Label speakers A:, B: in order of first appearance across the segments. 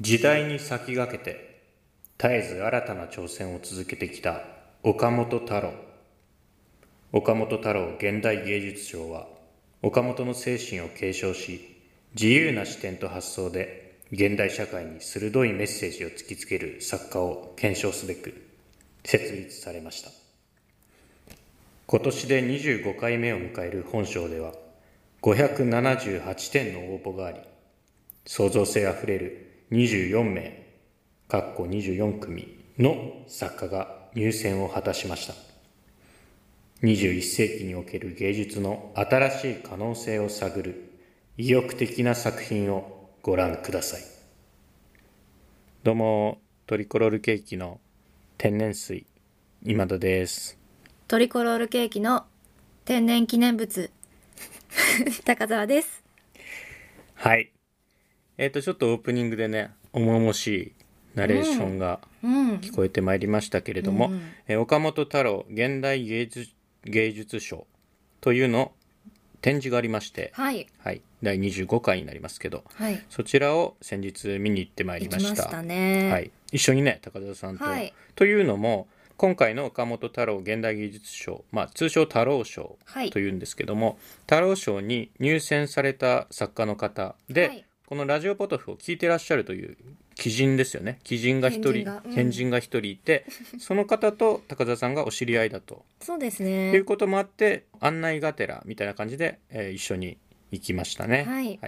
A: 時代に先駆けて絶えず新たな挑戦を続けてきた岡本太郎岡本太郎現代芸術賞は岡本の精神を継承し自由な視点と発想で現代社会に鋭いメッセージを突きつける作家を検証すべく設立されました今年で25回目を迎える本賞では578点の応募があり創造性あふれる24名かっこ24組の作家が入選を果たしました21世紀における芸術の新しい可能性を探る意欲的な作品をご覧くださいどうもトリコロールケーキの天然水今田です
B: トリコロールケーキの天然記 念物高澤です
A: はいえっ、とちょっとオープニングでね重々しいナレーションが、
B: うん
A: 聞こえてまいりましたけれども、
B: うん
A: えー岡本太郎現代芸術芸術賞というの展示がありまして、
B: はい
A: はい、第25回になりますけど
B: はい
A: そちらを先日見に行ってまいり
B: 行
A: ま
B: き
A: し
B: ま
A: た
B: したね
A: はい、一緒にね高田さんと、
B: はい
A: というのも今回の岡本太郎現代芸術賞、まあ、通称太郎賞
B: はい
A: というんですけども、太郎賞に入選された作家の方で、
B: はい
A: この「ラジオポトフ」を聞いてらっしゃるという鬼人ですよね鬼人が一
B: 変
A: 人
B: 人がうん
A: 変人が一人い てその方と高田さんがお知り合いだと
B: そうです
A: という
B: ね
A: こともあって案内がてらみたいな感じで、えー一緒に行きましたね。
B: はい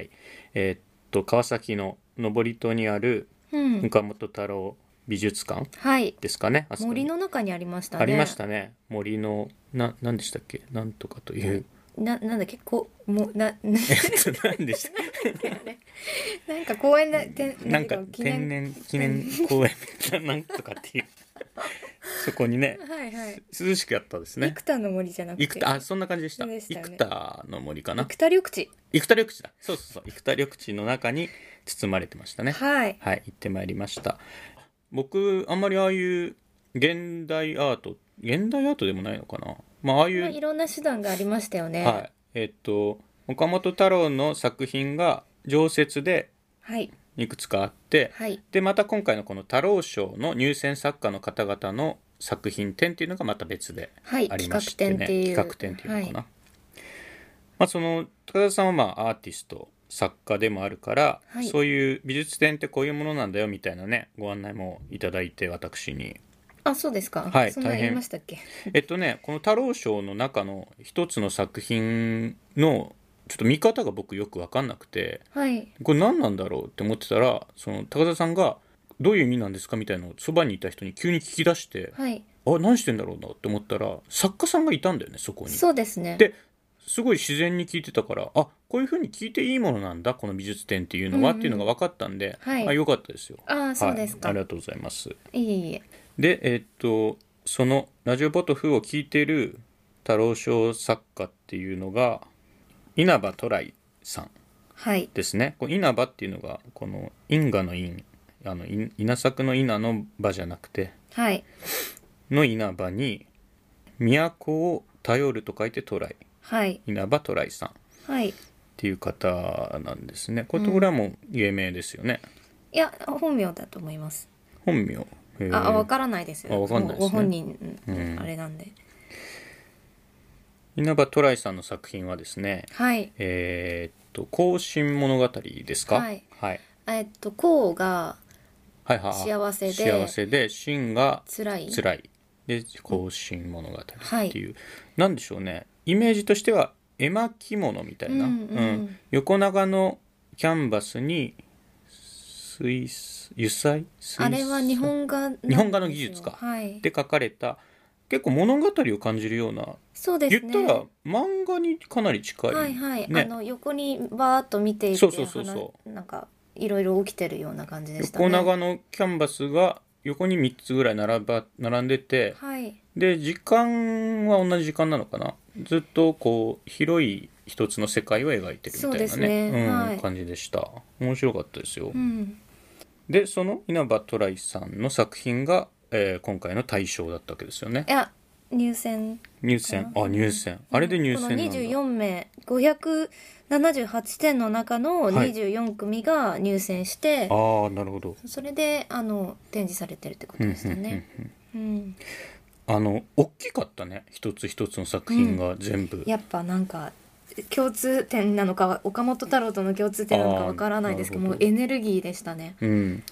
A: えーっと川崎の上り戸にある
B: うん
A: 岡本太郎美術館
B: はい
A: ですかね。あそこに
B: 森の中にありましたね
A: ありましたね。森のな何でしたっけなんとかという。
B: ななんだっけこうもうな
A: 何でした
B: なんか公園でて
A: なんか天然記念公園みたいななんとかっていう そこにね
B: はいはい
A: 涼しかったですね
B: 生田の森じゃなくて
A: 生田あそんな感じでした
B: でしたよね
A: 生田の森かな
B: 生田緑地
A: 生田緑地だそうそうそう生田緑地の中に包まれてましたねはい、
B: はい
A: 行ってまいりました僕あんまりああいう現代アート現代アートでもないのかなまあああいう、
B: いろんな手段がありましたよね
A: はいえっと岡本太郎の作品が常設で
B: はい
A: いくつかあって、
B: はい
A: でまた今回のこの太郎賞の入選作家の方々の作品展っていうのがまた別で
B: はい
A: あり
B: 企
A: ま
B: 画
A: して
B: 展
A: ね、
B: っていう
A: 企画展っていうのかな、
B: は
A: まあその高田さんはまあアーティスト作家でもあるから、
B: はい
A: そういう美術展ってこういうものなんだよみたいなねご案内もいただいて私 に
B: あそうですか
A: はい
B: そんな
A: 大
B: ん
A: 変
B: 言いましたっけ
A: えっとねこの太郎賞の中の一つの作品のちょっと見方が僕よく分かんなくて
B: はい
A: これ何なんだろうって思ってたらその高田さんが「どういう意味なんですか?」みたいなのをそばにいた人に急に聞き出して
B: はい
A: あ何してんだろうなって思ったら作家さんがいたんだよねそこに。
B: そうですね
A: で、すごい自然に聞いてたからあこういうふうに聞いていいものなんだこの美術展っていうのは、
B: うんうん
A: っていうのが分かったんで、
B: はい
A: あよかったですよ。
B: ああそうですか、
A: はい、あ
B: い
A: りがとうございます。
B: えいえ
A: でえーっとその「ラジオポトフ」を聞いてる太郎賞作家っていうのが稲葉トライさん
B: はい
A: ですね。こう稲葉っていうのがこの因果の因あの因稲作の稲の場じゃなくて
B: はい
A: の稲葉に都を頼ると書いてトライ
B: はい
A: 稲葉トライさんっ
B: はい
A: ていう方なんですねこれとこれはもう芸名ですよね、
B: いや本名だと思います
A: 本名へえ
B: ああわからないですよ
A: あわかんないですね
B: もうご本人、
A: うん
B: あれなんで
A: 稲葉トライさんの作品はですね
B: はい
A: えーっと「行進物語」ですか
B: はい
A: はい、
B: えっとこうが
A: はいはい
B: 幸せで
A: 幸せで真が
B: 辛い
A: 辛いで更新物語
B: はい
A: っていう、なんでしょうねイメージとしては絵巻物みたいな、
B: うんうん
A: 横長のキャンバスに水彩油彩水
B: あれは日本画なんですよ
A: 日本画の技術か
B: はい
A: で書かれた結構物語を感じるような、
B: そうです
A: 言
B: ね
A: ったら漫画にかなり近い、
B: はいはい、
A: ね
B: あの横にバーっと見ていて
A: そうそうそうそ
B: 花なんかいろいろ起きてるような感じでしたね
A: 横長のキャンバスが横に3つぐらい並ば並んでて、
B: はい
A: で時間は同じ時間なのかなずっとこう広い一つの世界を描いてるみたい
B: そう
A: な
B: で
A: ね
B: すね
A: うん
B: はい
A: 感じでした面白かったですよ、
B: うん
A: でその稲葉トライさんの作品が、えー今回の大賞だったわけですよね
B: いや入選
A: 入選あ入選あれで入選なん
B: この
A: だ
B: 24名578点の中の
A: はい
B: 24組が入選して、
A: ああなるほど
B: それであの展示されてるってことでしたね。うん、
A: あの大きかったね一つ一つの作品が全部、
B: やっぱなんか共通点なのか岡本太郎との共通点なのかわからないですけど
A: あーな
B: も
A: る
B: う
A: ほど
B: エネルギーでしたね。
A: うん、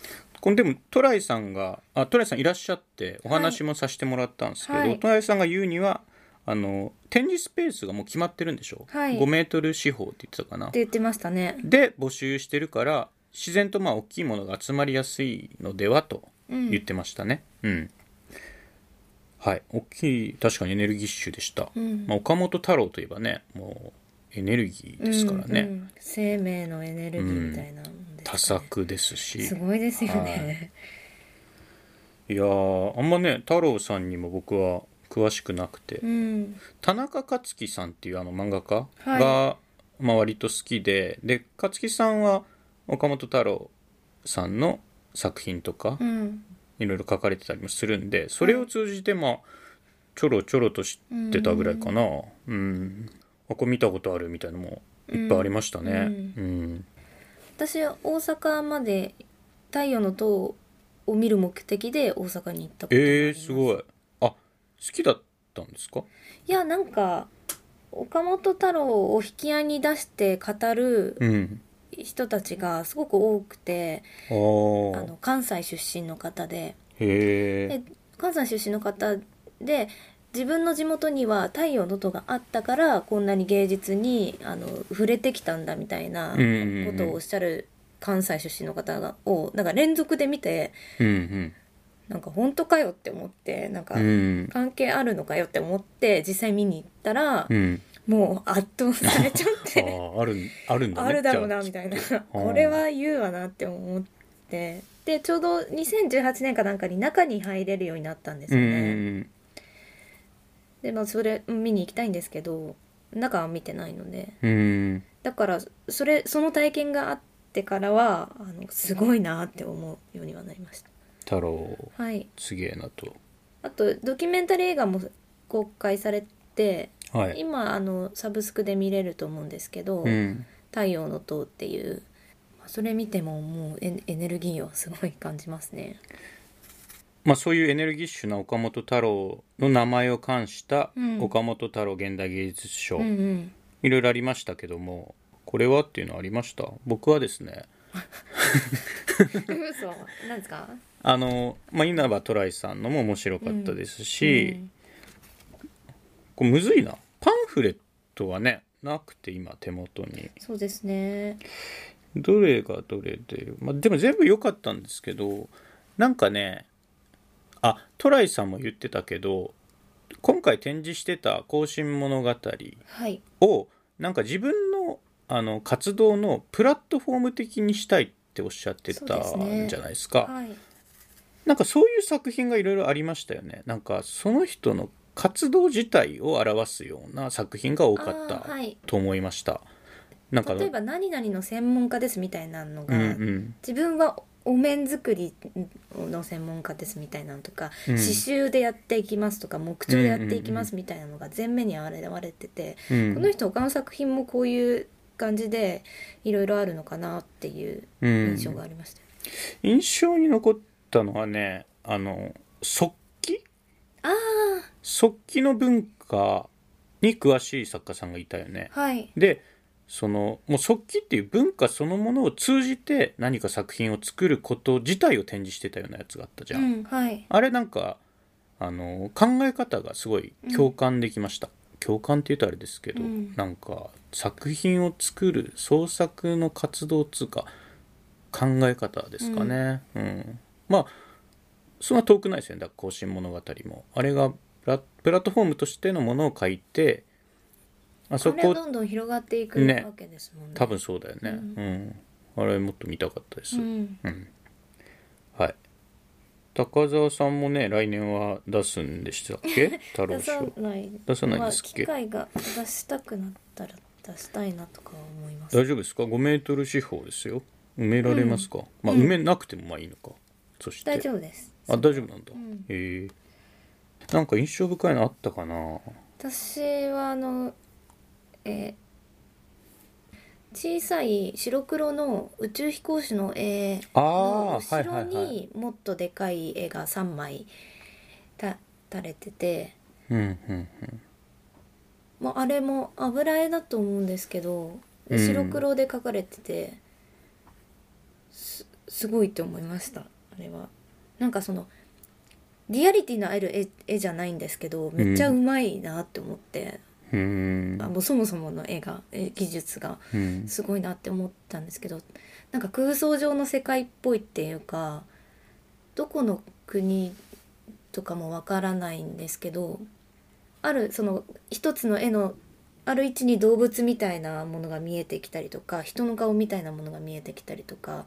A: これでもトライさんがあトライさんいらっしゃってお話もさせてもらったんですけど、
B: はい
A: トライさんが言うにはあの展示スペースがもう決まってるんでしょ、
B: はい
A: 5メートル四方って言ってたかな
B: って言ってましたね。
A: で募集してるから自然とまあ大きいものが集まりやすいのではと
B: うん
A: 言ってましたねうん、はい大きい確かにエネルギッシュでした、
B: うん
A: まあ、岡本太郎といえばねもうエネルギーですからね、
B: うんうん生命のエネルギーみたいなもんで
A: 多
B: すかね、
A: 作ですし
B: すごいですよね。
A: いやーあんまね太郎さんにも僕は詳しくなくて、
B: うん、
A: 田中克樹さんっていうあの漫画家
B: はい
A: が、まあ、割と好きでで克樹さんは岡本太郎さんの作品とか
B: うん、
A: いろいろ書かれてたりもするんでそれを通じてまあちょろちょろと知ってたぐらいかなうん、あこれ見たことあるみたいなのもいっぱいありましたねうん、
B: 私は大阪まで太陽の塔を見る目的で大阪に行ったことがあり
A: え
B: ま
A: ー、すごいあ好きだったんですか
B: いやなんか岡本太郎を引き合いに出して語る
A: うん
B: 人たちがすごく多くて、
A: ああ
B: あの関西出身の方で
A: へえ
B: で関西出身の方で自分の地元には太陽の塔があったからこんなに芸術にあの触れてきたんだみたいな
A: うんうんうん
B: ことをおっしゃる関西出身の方がをなんか連続で見て
A: うん
B: なんか本当かよって思ってなんか
A: うんうん
B: 関係あるのかよって思って実際見に行ったら、
A: うん
B: もう圧倒されちゃっ
A: あ
B: て
A: ーある あるんだね
B: あるだろう
A: じゃ
B: な
A: あ
B: みたいな これは言うわなって思ってでちょうど2018年かなんかに中に入れるようになったんです
A: う
B: よ
A: ん
B: ね。
A: うん
B: でまあそれ見に行きたいんですけど中は見てないので
A: うんうん
B: だからそれその体験があってからはあのすごいなって思うようにはなりました。
A: 太郎
B: はい、
A: すげえなと
B: あとドキュメンタリー映画も公開されて
A: はい
B: 今あのサブスクで見れると思うんですけど「
A: うん
B: 太陽の塔」っていうそれ見てももうエエネルギーをすごい感じますね。
A: まあそういうエネルギッシュな岡本太郎の名前を冠した
B: うん
A: 岡本太郎現代芸術賞、
B: うんうん、
A: いろいろありましたけどもこれはっていうのありました僕はですね
B: 嘘なんですか、
A: あの、まあ、稲葉トライさんのも面白かったですし、
B: うん
A: これむずいなパンフレットはねなくて今手元に
B: そうですね。
A: どれがどれで、まあ、でも全部良かったんですけどなんかねあトライさんも言ってたけど今回展示してた「行進物語
B: はい、」
A: をなんか自分のあの活動のプラットフォーム的にしたいっておっしゃってた
B: そうですね
A: んじゃないですか
B: はい
A: なんかそういう作品がいろいろありましたよねなんかその人の活動自体を表すような作品が多かっ
B: あ
A: た
B: ーはい
A: と思いました、なんか
B: 例えば何々の専門家ですみたいなの
A: う
B: が、
A: んうん
B: 自分はお面作りの専門家ですみたいなのとか、
A: うん
B: 刺繍でやっていきますとか木彫でやっていきますみたいなのが前面に現れてて、
A: うん
B: この人他の作品もこういう感じでいろいろあるのかなっていう
A: うん
B: 印象がありました、
A: 印象に残ったのはねあの速記
B: あ
A: 速記の文化に詳しい作家さんがいたよね
B: あはい
A: でそのもう速記っていう文化そのものを通じて何か作品を作ること自体を展示してたようなやつがあったじゃ、
B: うんんはい
A: あれなんかあの考え方がすごい共感できました、共感って言うとあれですけど、
B: うん
A: なんか作品を作る創作の活動っつうか考え方ですかね、うんまあそんな遠くないですよねだから更新物語もあれがプラプラットフォームとしてのものを書いてあそ
B: これ
A: こ
B: はどんどん広がっていく
A: ね
B: わけですもんね
A: 多分そうだよね、うんあれもっと見たかったです、
B: うん
A: はい高澤さんもね来年は出すんでしたっけ太郎
B: 出さ
A: 賞
B: ない
A: 出さないですっけ
B: 機会が出したくなったら出したいなとかは思います
A: 大丈夫ですか5メートル四方ですよ埋められますか、まあ埋めなくてもまあいいのかそして
B: 大丈夫です
A: あ大丈夫なんだ、
B: ん
A: へえなんか印象深いのあったかな
B: 私はあの、えー小さい白黒の宇宙飛行士の絵
A: あ
B: の
A: あー、はいは
B: 後ろ
A: いはい。
B: にもっとでかい絵が3枚た垂れてて、
A: うんうん
B: まあ、あれも油絵だと思うんですけど
A: うん
B: 白黒で描かれててすすごいって思いましたあれは。なんかそのリアリティのある絵絵じゃないんですけどめっちゃうまいなって思って。
A: うん。うん
B: あもうそもそもの絵がえ技術が
A: うん。
B: すごいなって思ったんですけどなんか空想上の世界っぽいっていうかどこの国とかもわからないんですけどあるその一つの絵のある位置に動物みたいなものが見えてきたりとか人の顔みたいなものが見えてきたりとか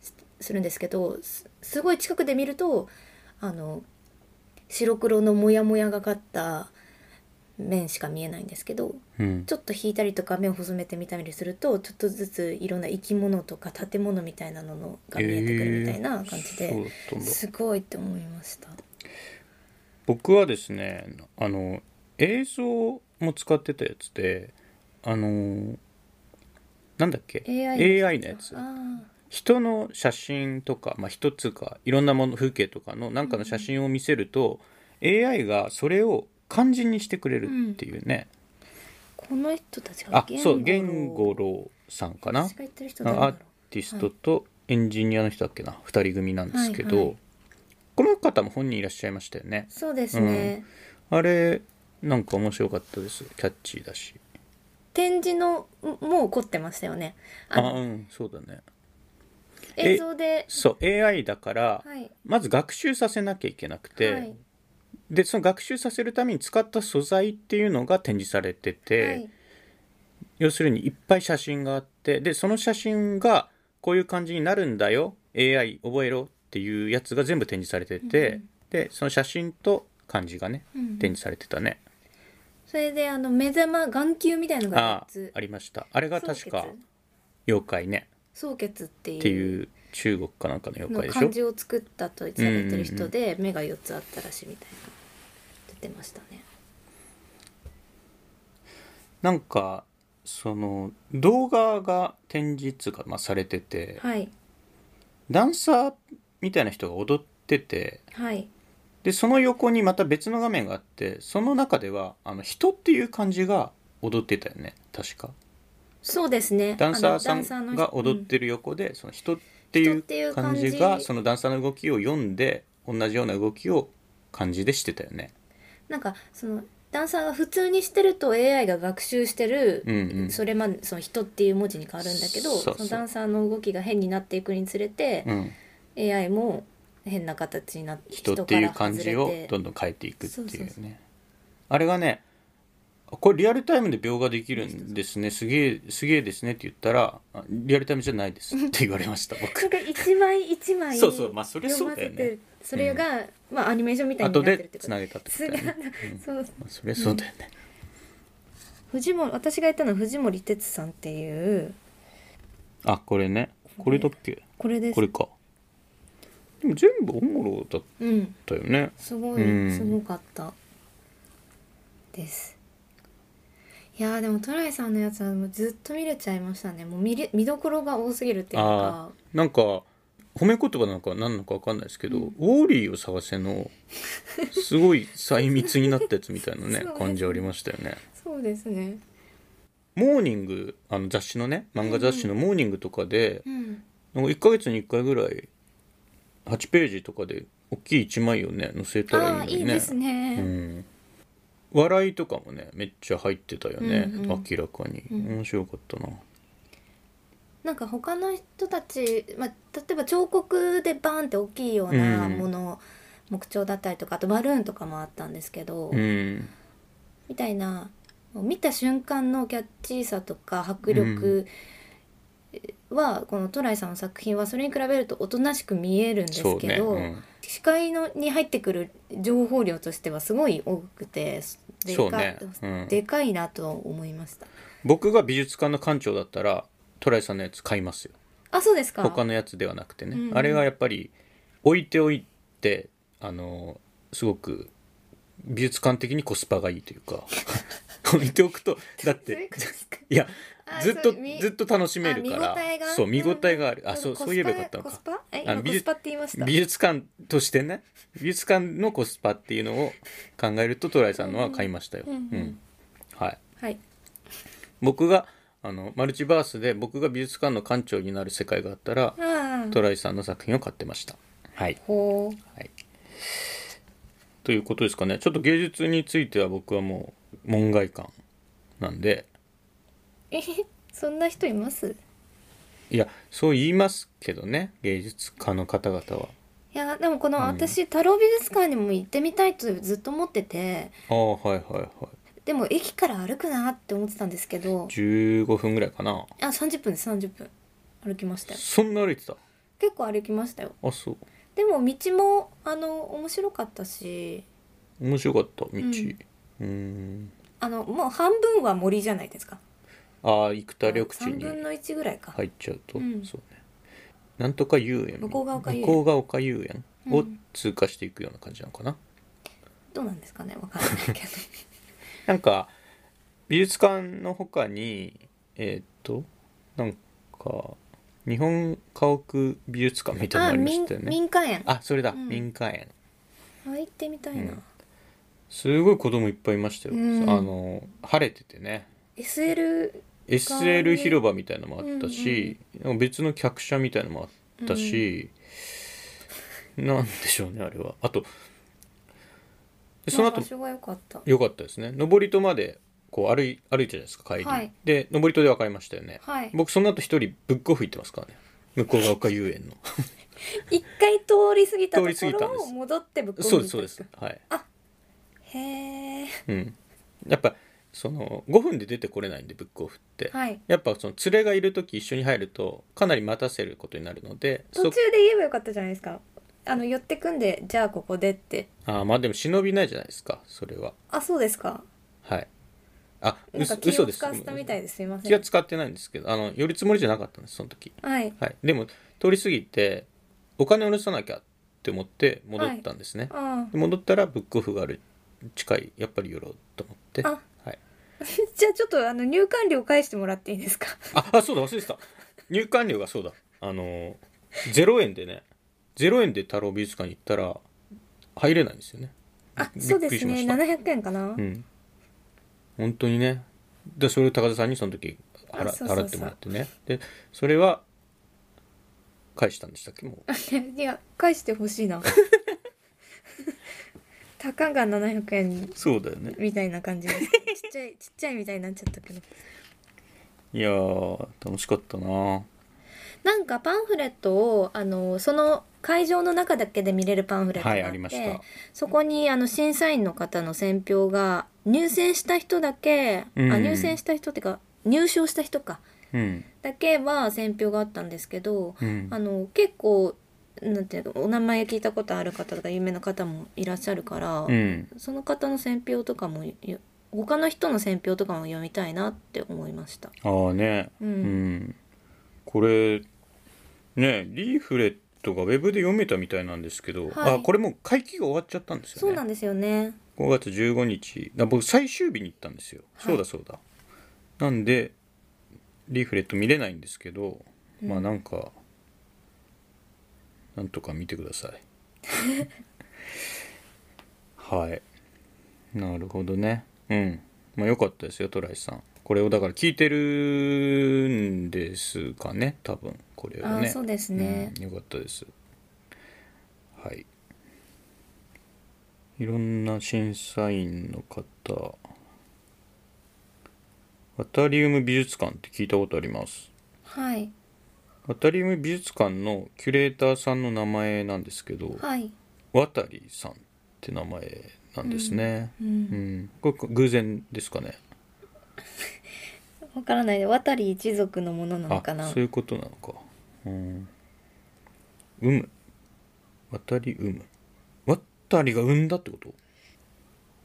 B: すするんですけどすすごい近くで見るとあの白黒のモヤモヤがかった面しか見えないんですけど
A: うん。
B: ちょっと引いたりとか目を細めてみたりするとちょっとずついろんな生き物とか建物みたいなののが見えてくるみたいな感じ
A: えーそう
B: で、
A: だったんだ
B: すごいって思いました。
A: 僕はですねあの映像も使ってたやつであのなんだっけ
B: AI
A: のやつ
B: あー
A: 人の写真とか、まあ、一つかいろんなもの風景とかのなんかの写真を見せると、AI がそれを漢字にしてくれるっていうね、
B: この人たちが
A: あそう
B: 言
A: 源
B: 語
A: 五郎さんかな
B: 私が言ってる人誰だ
A: ア
B: ろ
A: ーティストとエンジニアの人だっけな、二2人組なんですけど、
B: はいはい
A: この方も本人いらっしゃいましたよね
B: うそうですね、
A: あれなんか面白かったですキャッチーだし
B: 展示のもう凝ってましたよねあ
A: あ
B: の
A: うんそうだねえ
B: 映像で
A: そう AI だから、
B: はい
A: まず学習させなきゃいけなくて、
B: はい
A: でその学習させるために使った素材っていうのが展示されてて、
B: はい
A: 要するにいっぱい写真があってでその写真がこういう感じになるんだよ AI 覚えろっていうやつが全部展示されてて、
B: うんうん
A: でその写真と漢字がね
B: うんうん
A: 展示されてたね、
B: それであの目玉眼球みたいの
A: あ
B: が
A: あ
B: 3つ
A: ありましたあれが確か
B: 双血
A: 妖怪ね
B: 双血って
A: って
B: いう
A: いう中国かなんかの
B: の
A: 妖怪
B: 漢
A: でし
B: 字を作ったとされてる人で目が4つあったらしいみたいな出てましたね
A: ょなんかその動画が展示っつうか、まあ、されてて、
B: はい
A: ダンサーみたいな人が踊ってて
B: はい
A: でその横にまた別の画面があってその中ではあの人っていう感じが踊ってたよね確か
B: そうですね
A: ダンサーさ
B: あのダンサーの
A: ん
B: 人
A: が踊ってる横で、その人ってい
B: 人っていうう感
A: 感
B: じ
A: じがそのダンサーの動きを読んで同じような動きを感じでしてたよね
B: なんかそのダンサーが普通にしてると AI が学習してる、
A: うんうん
B: それまでその人っていう文字に変わるんだけど
A: そうそう
B: のダンサーの動きが変になっていくにつれて
A: う、ん
B: AI も変な形になって
A: 人っていう
B: から
A: 感
B: 外
A: じ
B: れ
A: を
B: て
A: どんどん変えていくっていうね
B: そうそうそ
A: あれがねこれリアルタイムで描画できるんですねすげえすげえですねって言ったらあリアルタイムじゃないです って言われました僕
B: なんか一枚一枚
A: そうそうまあそれ
B: 読ま
A: そうだ
B: せ
A: よね
B: てるそれが、まあアニメーションみたいに
A: 後
B: なってるっ
A: で
B: てこ
A: つ
B: と
A: なげたってことだよ
B: すが
A: ね
B: そう
A: まあそりゃそうだよね、
B: 藤森私が言ったのは藤森哲さんっていう
A: あこれねこれだっけ
B: これです
A: これかでも全部おもろだっ
B: うん
A: たよね
B: すごい、
A: うん
B: すごかったですいやーでもトライさんのやつはもうずっと見れちゃいましたねもう見れ見どころが多すぎるっていう
A: あ
B: か
A: ーなんか褒め言葉なのか何なのか分かんないですけど、ウォーリーを探せのすごい細密になったやつみたいなね
B: そうですね
A: 感じありましたよね。
B: そうですね
A: モーニングあの雑誌のね漫画雑誌の「モーニング」とかで、
B: うん
A: なんか1ヶ月に1回ぐらい8ページとかで大きい1枚をね載せた
B: あ
A: ら
B: あ
A: いい
B: いい
A: のにね
B: ですね、
A: うん、笑いとかもねめっちゃ入ってたよね、
B: うんうん
A: 明らかに
B: うん
A: 面白かったな、
B: なんか他の人たち、まあ、例えば彫刻でバーンって大きいような
A: うん
B: もの、木彫だったりとかあとバルーンとかもあったんですけど、
A: うん
B: みたいなもう見た瞬間のキャッチーさとか迫力は、このトライさんの作品はそれに比べるとおとなしく見えるんです
A: そうね
B: けど、
A: うん
B: 視界のに入ってくる情報量としてはすごい多くてで
A: そう
B: か,、
A: ねうん
B: でかいなと思いました。
A: 僕が美術館の館長だったらトライさんのやつ買いますよ
B: あそうですか
A: 他のやつではなくてね、
B: うんうん
A: あれがやっぱり置いておいてあのすごく美術館的にコスパがいいという か置いておくとだっ
B: そうい
A: て
B: うことですか
A: いや
B: あ
A: ずっと
B: そうみ
A: ずっと楽しめるから
B: あ見応えが
A: そう見応えがあるあそう
B: コスパ
A: そういえばよかったの
B: コス
A: か
B: パえ
A: あの
B: 今コ
A: 美
B: ス
A: 術
B: パって言いました
A: 美術館としてね美術館のコスパっていうのを考えるとトライさんのは買いましたよ、
B: うんうん
A: はい、
B: はい
A: 僕があのマルチバースで僕が美術館の館長になる世界があったら
B: ああ
A: トライさんの作品を買ってましたはい、
B: ほう
A: はい、ということですかねちょっと芸術については僕はもう門外観なんで
B: えそんな人います
A: いやそう言いますけどね芸術家の方々はい
B: やでもこの
A: うん
B: 私太郎美術館にも行ってみたいとずっと思ってて
A: ああはいはいはい
B: でも駅から歩くなって思ってたんですけど
A: 15分ぐらいかな
B: あ30分です30分歩きましたよ
A: そんな歩いてた
B: 結構歩きましたよ
A: あそう
B: でも道もあの面白かったし
A: 面白かった道う
B: うん
A: ーん
B: あのもう半分は森じゃないですか
A: ああ生田緑地
B: 3
A: に
B: 分の1ぐらいか、
A: 入っちゃうと、
B: うん
A: そうねなんとか遊園
B: 向こうが丘遊
A: 向
B: 園
A: こうが丘遊園を
B: うん
A: 通過していくような感じなのかな、
B: どうなんですかねわからない けど
A: なんか美術館のほかにえーっとなんか日本家屋美術館みたいなの
B: あ
A: ありまし
B: 民
A: たよね
B: 民間園
A: あそれだ、
B: うん
A: 民間園
B: あ行ってみたいな、
A: うんすごい子供いっぱいいましたよ、
B: うん
A: あの晴れててね
B: SL
A: SL 広場みたいなのもあったし、なんか別の客車みたいなのもあったし、なんでしょうねあれはあとでその
B: まあ
A: 後
B: 場所が良かった
A: 良かったですね上り戸までこう歩い歩いたじゃないですか帰り、
B: はい
A: で上り戸で別れましたよね、
B: はい
A: 僕その後一人ブックオフ行ってますからね向こうが丘遊園の
B: 一回通り過ぎたと
A: 通り過ぎ
B: こ
A: たんで
B: ろ
A: す
B: を戻ってぶっ込ん
A: そうですそうですはい、
B: へえ
A: うん、やっぱその5分で出てこれないんでブックオフって、
B: はい
A: やっぱその連れがいる時一緒に入るとかなり待たせることになるので
B: 途
A: そ
B: 中で言えばよかったじゃないですかあの寄ってくんでじゃあここでって
A: あーまあでも忍びないじゃないですかそれは
B: あそうですか
A: はいあ
B: なん
A: 嘘
B: か気
A: 嘘
B: を
A: です
B: 使わせたみたいですすいませ
A: 気は
B: ん
A: 使ってないんですけどあの寄るつもりじゃなかったんですその時
B: はい
A: はいでも通り過ぎてお金を盗さなきゃって思って戻ったんですね、
B: あ
A: で戻ったらブックオフがある近いやっぱり寄ろうと思って
B: あ
A: はい、
B: あ じゃあちょっとあの入館料返してもらっていいですか
A: ああそうだ忘れてた入館料がそうだあの0円でね0円で太郎美術館に行ったら入れないんですよね
B: あ
A: び
B: そうです
A: びっくり
B: ね
A: しました
B: 700円かな
A: うん、本当にねでそれを高田さんにその時払
B: あそうそうそ
A: 払
B: う
A: ってもらってねでそれは返したんでしたっけも う
B: いや返してほしいな たかが700円
A: そうだよね
B: みたいな感じですちっちゃいちっちゃいみたいになっちゃったけど
A: いやー楽しかったな
B: なんかパンフレットをあのその会場の中だけで見れるパンフレットがあ
A: は
B: って、
A: いありました
B: そこにあの審査員の方の選評が入選した人だけ、
A: うん
B: あ入選した人っていうか入賞した人か
A: うん
B: だけは選評があったんですけど、
A: うん
B: あの結構なんていうのお名前聞いたことある方とか有名な方もいらっしゃるから、
A: うん
B: その方の選評とかもよ他の人の選評とかも読みたいなって思いました。
A: ああね
B: う
A: うんん、これねリーフレットがウェブで読めたみたいなんですけど、
B: はい
A: あこれもう会期が終わっちゃったんですよね
B: そうなんですよね。
A: 5月15日だ僕最終日に行ったんですよ、
B: はい
A: そうだそうだなんでリーフレット見れないんですけど、
B: うん
A: まあなんかなんとか見てくださ いはいなるほどねうんまあよかったですよトライさんこれをだから聞いてるんですかね多分これをね
B: あそうですね
A: うんよかったですはいいろんな審査員の方アタリウム美術館って聞いたことあります
B: はい
A: アタリウム美術館のキュレーターさんの名前なんですけど、
B: はい。
A: 渡りさんって名前なんですね、
B: う
A: うん
B: ん。
A: これ偶然ですかね
B: わからないで渡り一族のものなのかな
A: あそういうことなのかうんうむ渡りうむ渡りが産んだってこと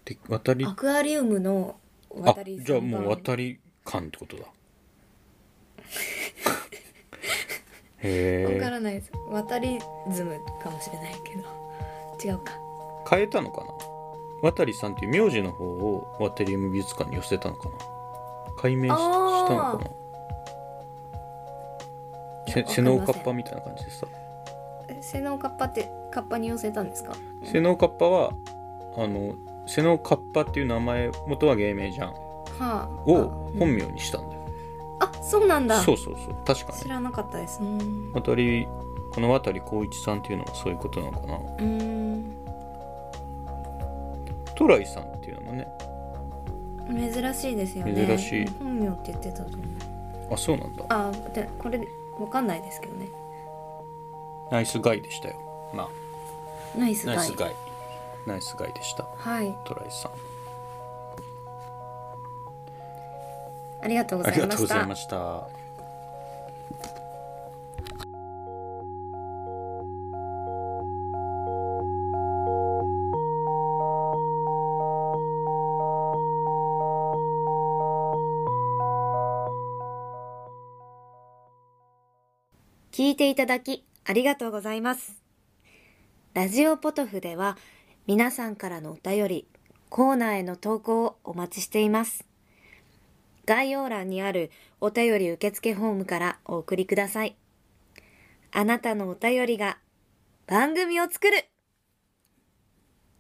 A: で渡り
B: アクアリウムの
A: あ
B: 渡り
A: じゃあもう
B: り
A: 渡り館って ことだへ
B: わか
A: え
B: らないです渡りズムかもしれないけど違うか
A: 変えたのかな渡さんっていう名字の方を渡り美術館に寄せたのかな解明ししたの
B: あー
A: かない
B: や
A: せ
B: わか
A: 瀬能カ
B: りません
A: ッパみたいな感じでさ
B: え瀬能カッパってカッパに寄せたんですか
A: 瀬能カッパはあの瀬能カッパっていう名前元は芸名じゃん
B: はあ
A: を
B: あ
A: 本名にしたんだよ、
B: あそうなんだ
A: そうそうそう確か
B: 知
A: ね
B: らなかったですうん
A: 渡りこの渡光一さんっていうのはそういうことなのかな
B: うーん
A: トライさんっていうのもね
B: 珍しいですよね
A: 珍しい
B: 本名って言ってたと思う
A: あそうなんだ
B: あでこれわかんないですけどね
A: ナイスガイでしたよまあ
B: ナイスガ
A: ナ
B: イ
A: イスガイナイスガイでした
B: はい
A: トライさん
B: ありがとうご
A: あり
B: ざい
A: が
B: ま
A: とうご
B: し
A: ざい
B: た
A: ました
C: 聞いていただきありがとうございます。ラジオポトフでは皆さんからのお便り、コーナーへの投稿をお待ちしています。概要欄にあるお便り受付フォームからお送りください。あなたのお便りが番組を作る